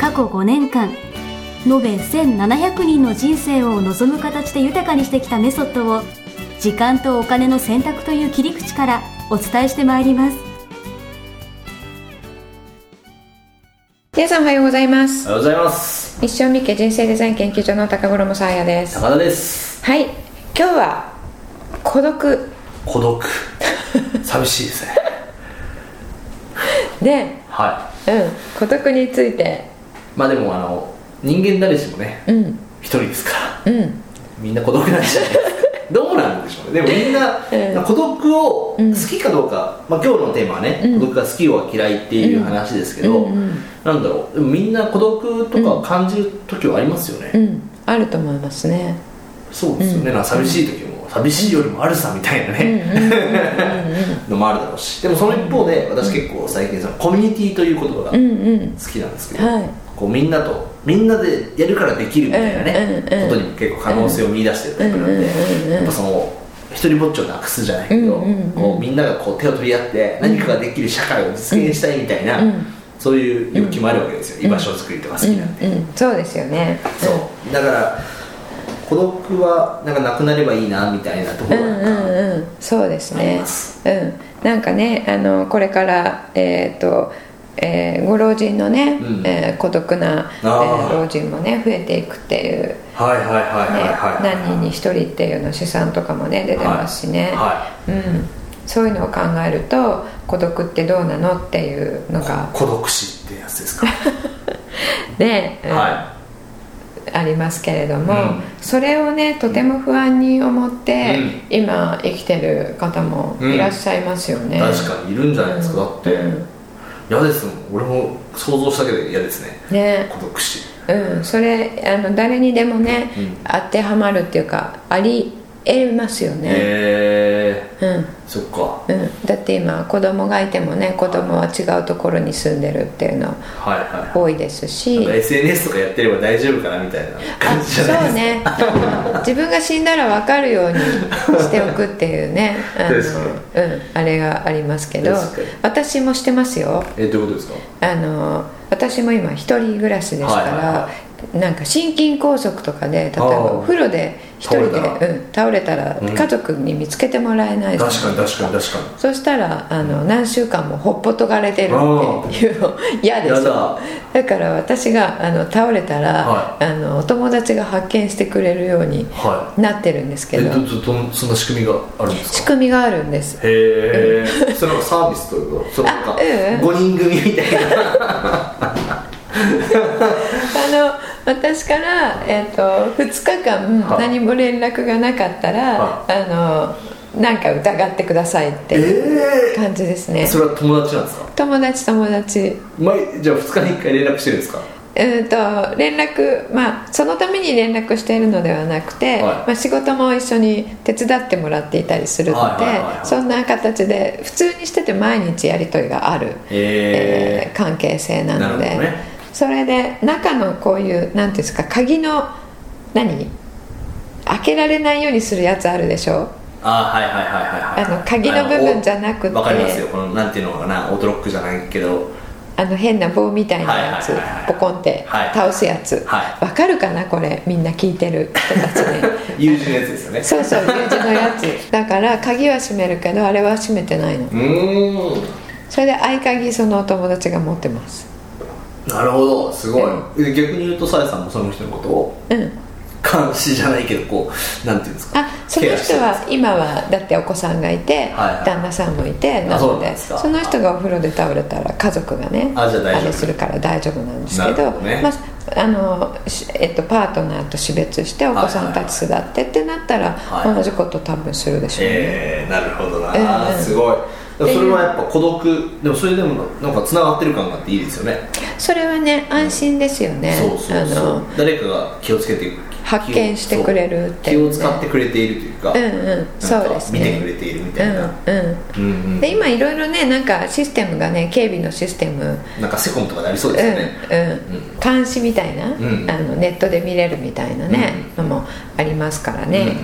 過去5年間延べ1700人の人生を望む形で豊かにしてきたメソッドを時間とお金の選択という切り口からお伝えしてまいります皆さんおはようございまおすはようございます一生みっけ人生デザイン研究所の高頃もさあやです高田ですはい今日は孤独 孤独寂しいですねではうん孤独についていまあでもあの人間誰しもねうん一人ですからうんみんな孤独なんじゃな いですかどうなんでしょうねでもみんうな、ん孤独を好きかどうか、まあ、今日のテーマはね、うん孤独が好きを嫌いっていう話ですけど、うんうんなんだろうでもみんな孤独とかを感じる時はありますよね、うんあると思いますねそうですようね、んなんか寂しい時も寂しいよりも悪さみたいなうんうんね、うん のもあるだろうしでもその一方で私結構最近そのコミュニティという言葉がう好んうんうんきなんですけど、はいこうみんなとみんなでやるからできるみたいなね、うんうんうんことにも結構可能性を見出してるタイプなんで、うんうんうんうんやっぱその一人ぼっちをなくすじゃないけど、うんうんうんこうみんながこう手を取り合って何かができる社会を実現したいみたいな、うんそういう欲求もあるわけですよ、居場所作りとか好きなんで、うんうんそうですよねそうだから孤独はなんかなくなればいいなみたいなとこうろんうがなんかんうんそうですありねますうんなんかねあのこれからえっ、とえーご老人のね、うんえー孤独な、えあーー老人もね増えていくっていう、ねはいはいはいはいはい何人に一人っていうの試算とかもね出てますしね、はうん、そういうのを考えると孤独ってどうなのっていうのがい孤独死ってやつですかね、うんはありますけれども、うんそれをねとても不安に思って、今生きてる方もいらっしゃいますよいね、確かにいるんじゃないですか、だって、うん嫌ですもん俺も想像したけど嫌ですねね孤独死うん、それあの誰にでもね、うん当てはまるっていうかありえますよね、へえうんー、そっかうん、だって今子供がいてもね子供は違うところに住んでるっていうのはいは多いですいしなんか SNS とかやってれば大丈夫かなみたいなあ感じじゃそないうですかねあの自分が死んだら分かるようにしておくっていうねあの、ですねうん、あれがありますけどですね私もしてますよえどういうことですかあの私も今一人暮らしですから、はいはいはなんか心筋梗塞とかで例えばあーお風呂で一人で倒れたうらん、倒れたらうん家族に見つけてもらえない確じゃないかに確かに確かにそしたらあの何週間もほっぽとがれてるっていうの嫌でしやょだだから私があの倒れたら、はあのお友達が発見してくれるようにはなってるんですいけえど、どどどそんな仕組みがあるんです仕か組みがあるんですへえそれはサービスということそれなんかうん5人組みたいなあの私から、えー、と2日間はい何も連絡がなかったら、はあのなんか疑ってくださいっていう感じですね、それは友達なんですか友達友達毎じゃあ2日に1回連絡してるんですかうーんと連絡まあそのために連絡しているのではなくて、はいまあ、仕事も一緒に手伝ってもらっていたりするので、はいはいはいはいそんな形で普通にしてて毎日やり取りがある、へえー関係性なのでなるほどねそれで中のこういうなんていうんですか鍵の何開けられないようにするやつあるでしょあーはいはいはいはいはいあの鍵の部分じゃなくてあのおわかりますよこのなんていうのかなオートロックじゃないけどあの変な棒みたいなやつはいはいはいはいポコンってはい倒すやつ、はわかるかなこれみんな聞いてる人たち ね友人のやつ ですよねそうそう友人のやつだから鍵は閉めるけどあれは閉めてないのうーんそれで合鍵そのお友達が持ってますなるほどすごい、え逆に言うとさやさんもその人のことをうん監視じゃないけどこうなんていうんですかあそのケアし人てるんでは今はだってお子さんがいて、はいはい旦那さんもいてなそうなのんでですかの人がお風呂で倒れたら家族がねあじゃあ大丈夫れするから大丈夫なんですけなどるほどねまああのしえっと、パートナーと死別してお子さんたち育ってってなったら、はいはい同じこと多分するでしょうね、えー、なるほどな、うんうんすごいでもそれはやっぱ孤独でもそれでもなんかつながってる感があっていいですよねそれはね安心ですよね、そうそうそあうの誰かが気をつけて発見してくれるってい気うねをそう気を使ってくれているというか,、うんうんそうですね見てくれているみたいな、うんうんうんうんで今いろいろねなんかシステムがね警備のシステム、なんかセコムとかでありそううんですよね、うん、監視みたいな、んあのネットで見れるみたいなね、のもありますからね、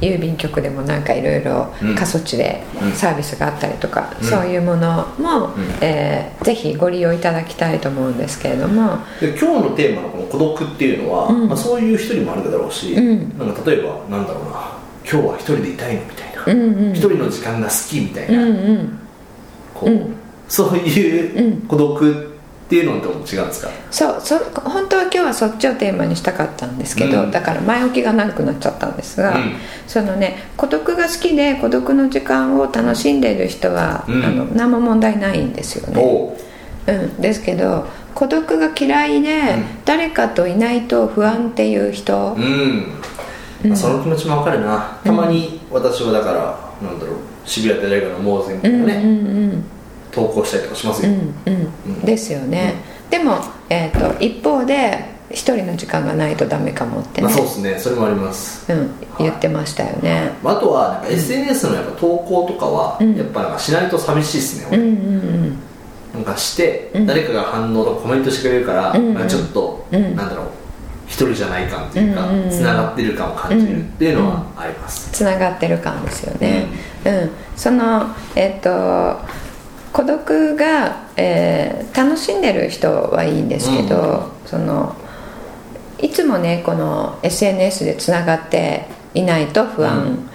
郵便局でもなんかいろいろうん過疎地でうんサービスがあったりとか、そういうものも、えーぜひご利用いただきたいと思うんですけれども、で今日のテーマのこの孤独っていうのは、まあ、そういう人にもあるだろうし、んなんか例えばなんだろうな今日は一人でいたいのみたいな、うんうん一人の時間が好きみたいな、うんうん、こう、そういう孤独っていうのとも違うんですか、そうそ本当は今日はそっちをテーマにしたかったんですけど、うんだから前置きが長くなっちゃったんですが、うんそのね孤独が好きで孤独の時間を楽しんでいる人は、うんあの何も問題ないんですよね、おううん、ですけど孤独が嫌いで、誰かといないと不安っていう人、うん、その気持ちもわかるな、たまに私はだからなんだろう渋谷で誰かの猛然みたいなね、投稿したりとかしますよ、うんですよね、でも、えー、と一方で一人の時間がないとダメかもってねまあ、そうですねそれもありますうん、言ってましたよね、まああとはなんか SNS のやっぱ投稿とかはやっぱなんかしないと寂しいですね、俺うんうんうんなんかして誰かが反応とかコメントしてくれるから、まあちょっと、なんだろう一人じゃない感っていうかうんうんうんつな、がってる感を感じるっていうのはあります、つながってる感ですよね、うんそのえっ、と孤独が、えー楽しんでる人はいいんですけど、そのいつもねこの SNS でつながっていないと不安、うんうん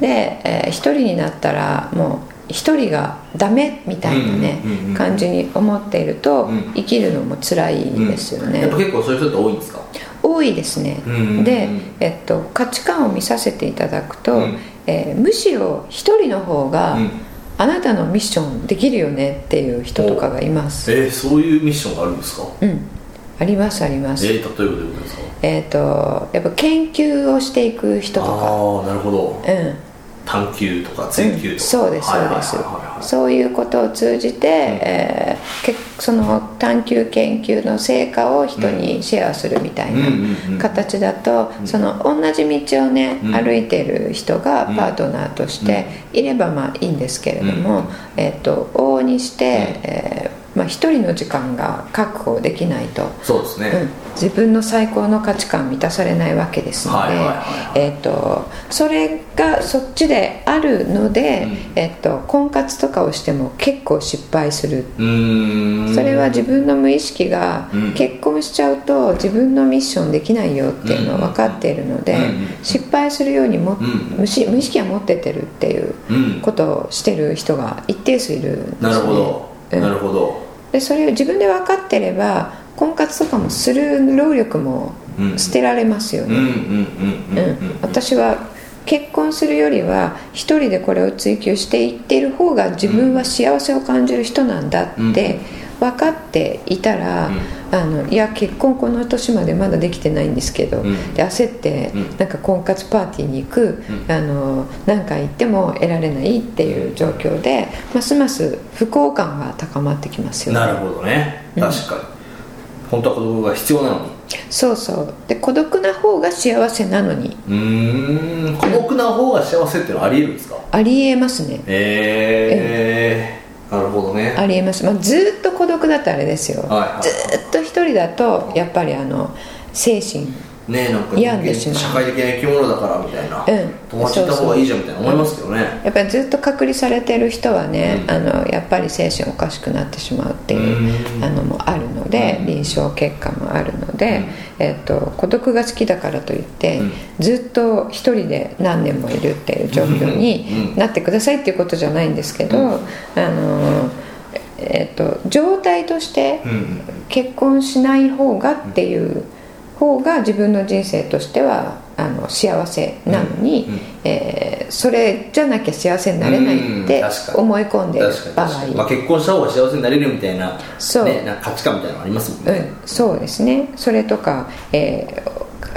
で、えー一人になったらもう一人がダメみたいなね、うんうんうんうん感じに思っていると、うん生きるのも辛いうんですよね、やっぱ結構そういう人って多いんですか多いですね、うんうんうんで、えっと、価値観を見させていただくと、うんえーむしろ一人の方が、うんあなたのミッションできるよねっていう人とかがいます、えー、そういうミッションがあるんですかうん、ありますありまえー、す例えばどういうことですかえっ、とやっぱ研究をしていく人とかああなるほどうん探求とか追求とか、そうですそうですはいはいはいはいそういうことを通じて、えーけその探究研究の成果を人にシェアするみたいうんうんうんな形だと、その同じ道をね、歩いてる人がパートナーとしていればまあいいんですけれども、えっと往々にして、えーまあ、一人の時間が確保できないと。そうですね、うん、自分の最高の価値観満たされないわけですので、はいはいはいはいえー、とそれがそっちであるので、えー、と婚活とかをしても結構失敗する、うーんそれは自分の無意識が、うん結婚しちゃうと自分のミッションできないよっていうのを分かっているので、うん失敗するようにも、ん無し無意識は持ってってるっていううんことをしてる人が一定数いるんです、ね、なるほど、うんなるほどでそれを自分で分かってれば婚活とかもする労力もうん捨てられますようんうんね、うんうんうん私は結婚するよりは一人でこれを追求していってる方が自分は幸せを感じる人なんだって分かっていたら、あのいや結婚この年までまだできてないんですけど、んで焦ってうんなんか婚活パーティーに行く、あのなんか行っても得られないっていう状況でますます不幸感が高まってきますよね。なるほどね確かに、本当は子供が必要なのにそうそうで孤独な方が幸せなのにうーん孤独な方が幸せってのはありえるんですかありえますねえー、なるほどねありえます、まあ、ずーっと孤独だとあれですよ、はいはいずーっと一人だとやっぱりあの精神ねえなんか人病間んってでしまう社会的な生き物だからみたいな、うん友達いた方がいいじゃんみたいな思いますけどねやっぱりずっと隔離されてる人はね、あのやっぱり精神おかしくなってしまうっていう、あのもあるので、臨床結果もあるので、えっと孤独が好きだからといって、ずっと一人で何年もいるっていう状況になってくださいっていうことじゃないんですけど、あのえっと状態としてん結婚しない方がっていう方が自分の人生としてはあの幸せなのに、えーそれじゃなきゃ幸せになれないっうてん確かに思い込んでいる確か場合に確かに、まあ、結婚した方が幸せになれるみたいな,、そうね、なんか価値観みたいなのありますもんうね、ん、そうですねそれとか、え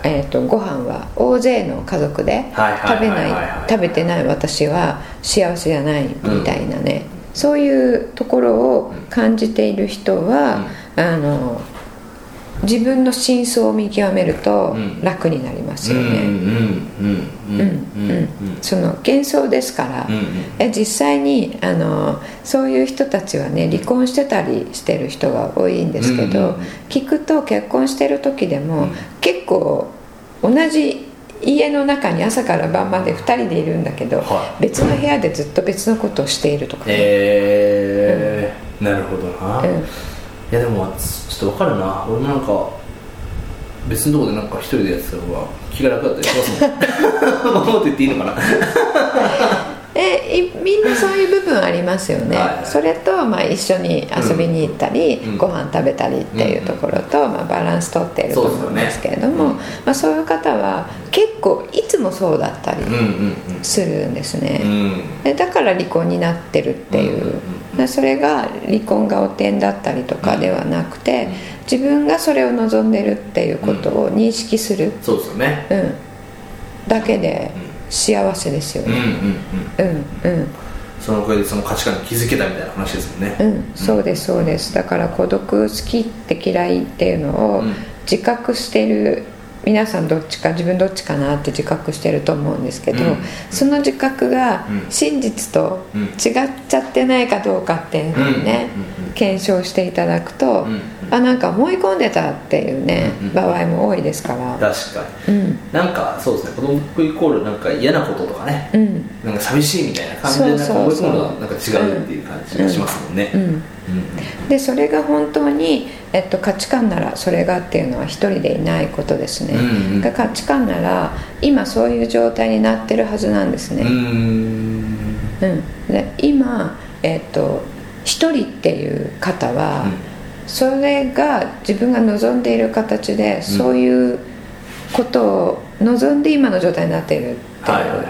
ーえー、とご飯は大勢の家族ではいは食いべはいはいない食べてない私は幸せじゃないみたいなね、そういうところを感じている人は、あの自分の真相を見極めるとうん楽になりますようんね。うんうんううんうんうんんその幻想ですから、うんうんえ実際にあのそういう人たちはね離婚してたりしてる人が多いんですけど、うんうんうん聞くと結婚してる時でも、うん結構同じ家の中に朝から晩まで2人でいるんだけど、は別の部屋でずっと別のことをしているとかね、えー、なるほどな、うんいやでもちちょっとわかるな俺もなんか別のとこでなんか一人でやってた方が気が楽だったりします もん守って言っていいのかなえいみんなそういう部分ありますよね、はいはいそれと、まあ、一緒に遊びに行ったり、うんご飯食べたりっていうところと、まあ、バランス取っていると思うんですけれどもそうそう,、まあ、そういう方は結構いつもそうだったりうんするんですね、うんうんうんでだから離婚になってるっていううんうんうんうんでそれが離婚が汚点だったりとかではなくてうん自分がそれを望んでるっていうことを認識する、そうですよねうん、だけでう幸せですようんうんね、うんうん、うんその声でその価値観に気づけたみたいな話ですもんねうん、そうですそうですだから孤独好きって嫌いっていうのをうん自覚してる皆さんどっちか自分どっちかなって自覚してると思うんですけど、うんその自覚がうん真実とうん違っちゃってないかどうかっていうのをね、うんうんうん検証していただくと、うんうんあなんか思い込んでたっていうね、うんうん場合も多いですから、確かうに、んなんかそうですね子供イコールなんか嫌なこととかね、うんなんか寂しいみたいな感じでなんか思い込むのはなんか違うっていう感じがしますもんねう。ん、うんうんでそれが本当に、えっと、価値観ならそれがっていうのは一人でいないことですね、うんうんが価値観なら今そういう状態になってるはずなんですうーね、んうんで今、えっと、一人っていう方は、それが自分が望んでいる形で、そういうことを望んで今の状態になっているってはいはいいはいう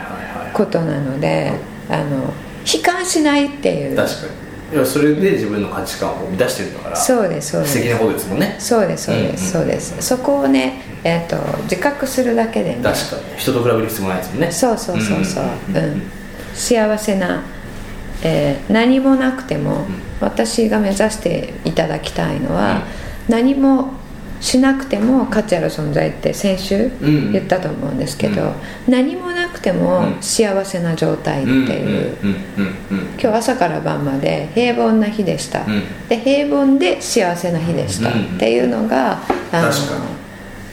はことなので、あの悲観しないっていい。う確かに。いやそれで自分の価値観を満たしてるんだから。そうですそうです素敵なことですもんね。そうですそうです、うんうんそうですそこをね、えー、と自覚するだけでね確かに。人と比べる必要もないですもんね。そうそうそうそう、うんんんん幸せな、えー何もなくても、私が目指していただきたいのは、何もしなくても価値ある存在って先週うん言ったと思うんですけど、うん何もなくてもうん幸せな状態ってうんいう、うんうんうんうん今日朝から晩まで平凡な日でした、うんで平凡で幸せな日でした、うんっていうのがあの確かに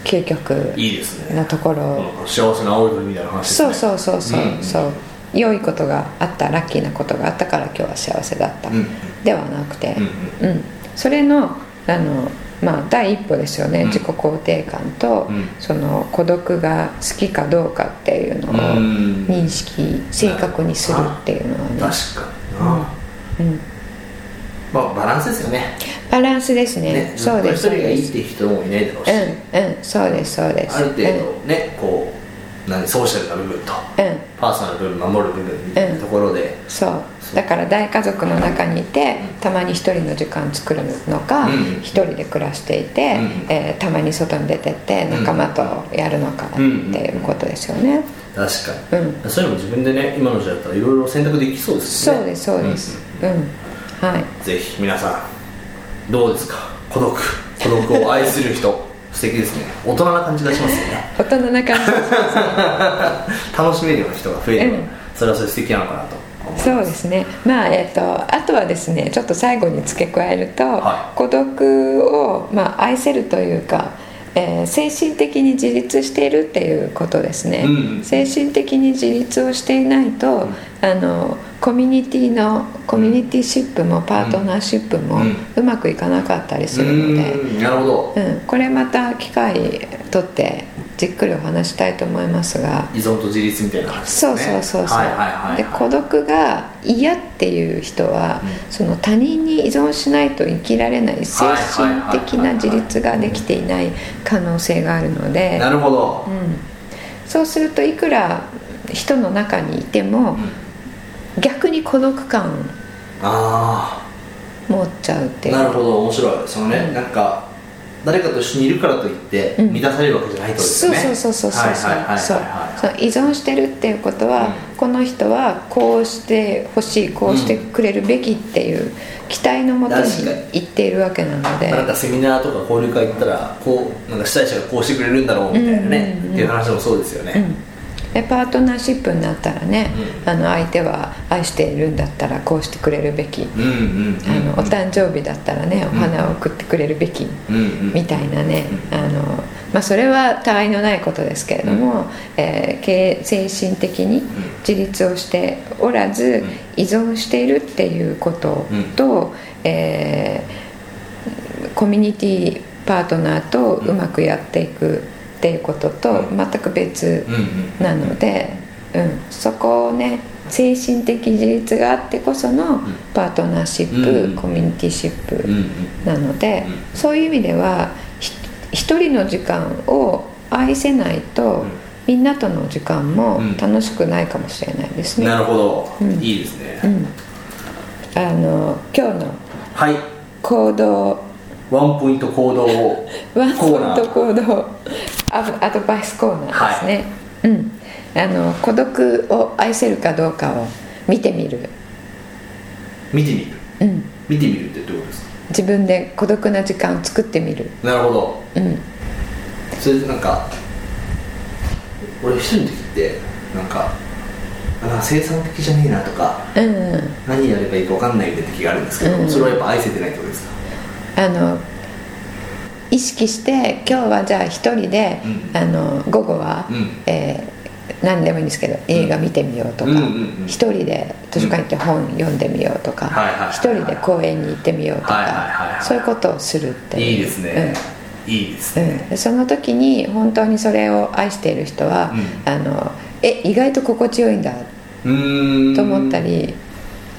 究極いいですのね。ところ、この幸せな青い鳥みたいな話ですそうね。。そううそうそう、うんそう良いことがあったラッキーなことがあったから今日は幸せだった、うんではなくて、ううんそれのあの、まあ、第一歩ですよね、うん自己肯定感と、うんその孤独が好きかどうかっていうのをうん認識正確にするっていうのはね確かにな。うんまあバランスですよね。バランスですねね。そうですずそうっと一人がでいいすっていう人もいないだろうし。うんうんそうですそうですある程度ね、こう何ソーシャルな部分と、うん、うんパーソナルな部分守る部分みたいなところで、そうだから大家族の中にいてたまに一人の時間作るのかうん一、人で暮らしていて、うんえーたまに外に出てって仲間とやるのかっていうことですよね、確かに、うそういうのも自分でね今の時代だったらいろいろ選択できそうですよねそうですそうです、うんはいうんぜひ皆さんどうですか孤独孤独を愛する人 素敵ですね大人な感じがしますよね大人な感じです楽しめるような人が増えれば、うんそれはそれで素敵なのかなと思いますそうですねまあえっ、とあとはですねちょっと最後に付け加えると、は孤独を、まあ、愛せるというか、えー精神的に自立しているっていうことですね、うん精神的に自立をしていないと、あのコミュニティのコミュニティシップもパートナーシップもうんうまくいかなかったりすうるので、ーんなるほどうん、これまた機会取ってじっくりお話したいと思いますが。依存と自立みたいな話ですそねうそうそうそう、はいはいはい、はい、で孤独が嫌っていう人は、うその他人に依存しないと生きられない精はいはいはいはい神的な自立ができていない可能性があるので、なるほど、うん、そうするといくら人の中にいても、うん逆に孤独感をああ持っちゃうっていうなるほど面白いそのね、なんか誰かと一緒にいるからといってうん満たされるわけじゃないってことですそうね、そうそうそうそうはいはいはいはいそうはいそう依存してるっていうことは、この人はこうしてほしいこうしてくれるべきっていう期待のもとに確かに行っているわけなのでなんかセミナーとか交流会行ったらこうなんか主催者がこうしてくれるんだろうみたいなね、うんうんうんっていう話もそうですよね、でパートナーシップになったらね、うんあの相手は愛しているんだったらこうしてくれるべき、うん、うんうんあのお誕生日だったらねお花を送ってくれるべき、うんうんみたいなね、あのまあ、それはたわいのないことですけれども、えー経営精神的に自立をしておらず依存しているっていうことと、えーコミュニティパートナーとうまくやっていくっていうこととう全く別うんうんなので、うん、そこをね精神的自立があってこそのパートナーシップ、うんコミュニティシップ、うんうんなので、うそういう意味ではひ一人の時間を愛せないと、んみんなとの時間もうん楽しくないかもしれないですね。なるほど、んいいですね、うん、あの今日のはい行動ワンポイント行動をワンコポーイナンート行動アドアドバイスコーナーですね、うん、あの孤独を愛せるかどうかを見てみる、見てみるうん、見てみるってどういうことですか自分で孤独な時間を作ってみる、なるほどうん、それでなんか俺一人の時ってなんかあなんか生産的じゃねえなとかうんうん何やればいいか分かんないみたいな時があるんですけど、うんそれはやっぱ愛せてないってことですかあの意識して今日はじゃあ一人で、うんあの午後は、うんえー何でもいいんですけど映画見てみようとかう一、んうんうん人で図書館行って本読んでみようとかはいはいはい一、人で公園に行ってみようとか、はいはいはいそういうことをするっていいですね、うんいいですうね、ん、その時に本当にそれを愛している人は、うあのえ意外と心地よいんだうーんと思ったり、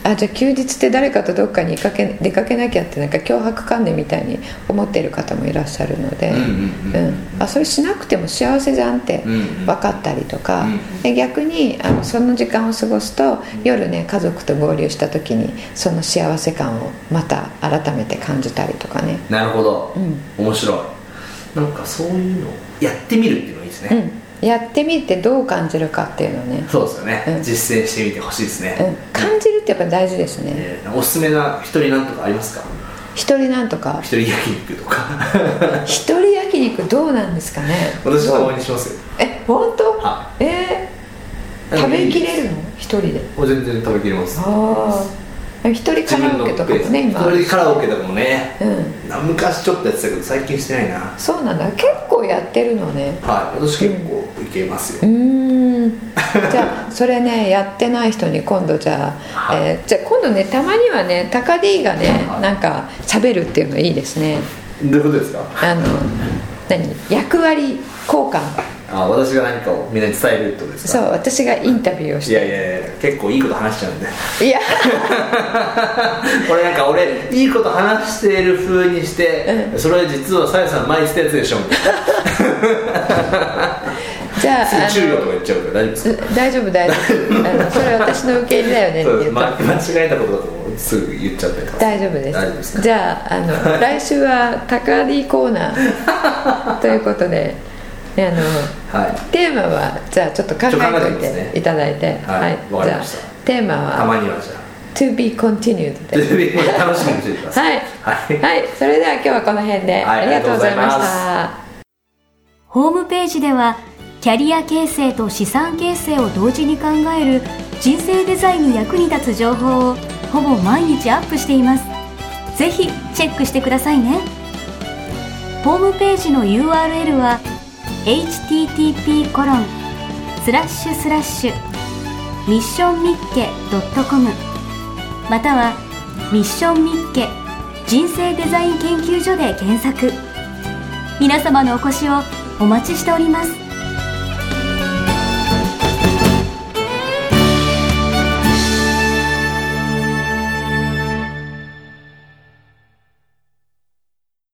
あじゃあ休日って誰かとどっかに出かけ出かけなきゃってなんか脅迫観念みたいに思っている方もいらっしゃるので、うんうんうんうんあそれしなくても幸せじゃんってうんうん分かったりとか、うんで逆にあのその時間を過ごすと夜ね家族と合流した時にその幸せ感をまた改めて感じたりとかね。なるほど、うん面白いなんかそういうのをやってみるっていうのがいいですね、うん、やってみてどう感じるかっていうのね、そうですよね、うん実践してみてほしいですね、うん、感じるってやっぱり大事ですね、えーおすすめな一人なんとかありますか一人なんとか一人焼肉とか 一人焼肉どうなんですかね私はたまにしますよえ本当はえー食べきれるの一人でもう全然食べきれますああ一人カラオケとかもね今それでカラオケとかもね、うんな昔ちょっとやってたけど最近してないなはいそうなんだ結構やってるのね私結構いけますよ、うーんじゃあそれねやってない人に今度じゃあ、はいえーじゃあ今度ねたまにはね高 D がねはいなんか喋るっていうのいいですねどういうことですかあの何役割交換あ私が何かをみんなに伝えるってことですそうか私がインタビューをしいやいてやいや結構いいこと話しちゃうんで いやこれなんか俺いいこと話してる風にして、それは実はさやさん前にしたやつでしょ みたいなじゃああのすぐ中央とか言っちゃうから大丈夫ですか大丈夫大丈 夫あのそれ私の受け入れだよねってそう言うと、ま 間違えたことだと思うすぐ言っちゃったりとか大丈夫です大丈夫ですかじゃああの来週は高木コーナ ーということであのはいテーマはじゃあちょっと考えちょっと考とえていみますねていただいてはいわかじりゃまあしたテーマたはまにはじゃ あ 「To be continued で」ぜひ楽しみにしててくださはいい、はいはい、それでは今日はこの辺で、はいありがとうございましありがとうござた。ホームページではキャリア形成と資産形成を同時に考える人生デザインに役に立つ情報をほぼ毎日アップしていますぜひチェックしてくださいねホームページの URL は http コロンスラッシュスラッシュミッションミッケ .com またはミッションミッケ人生デザイン研究所で検索皆様のお越しをお待ちしております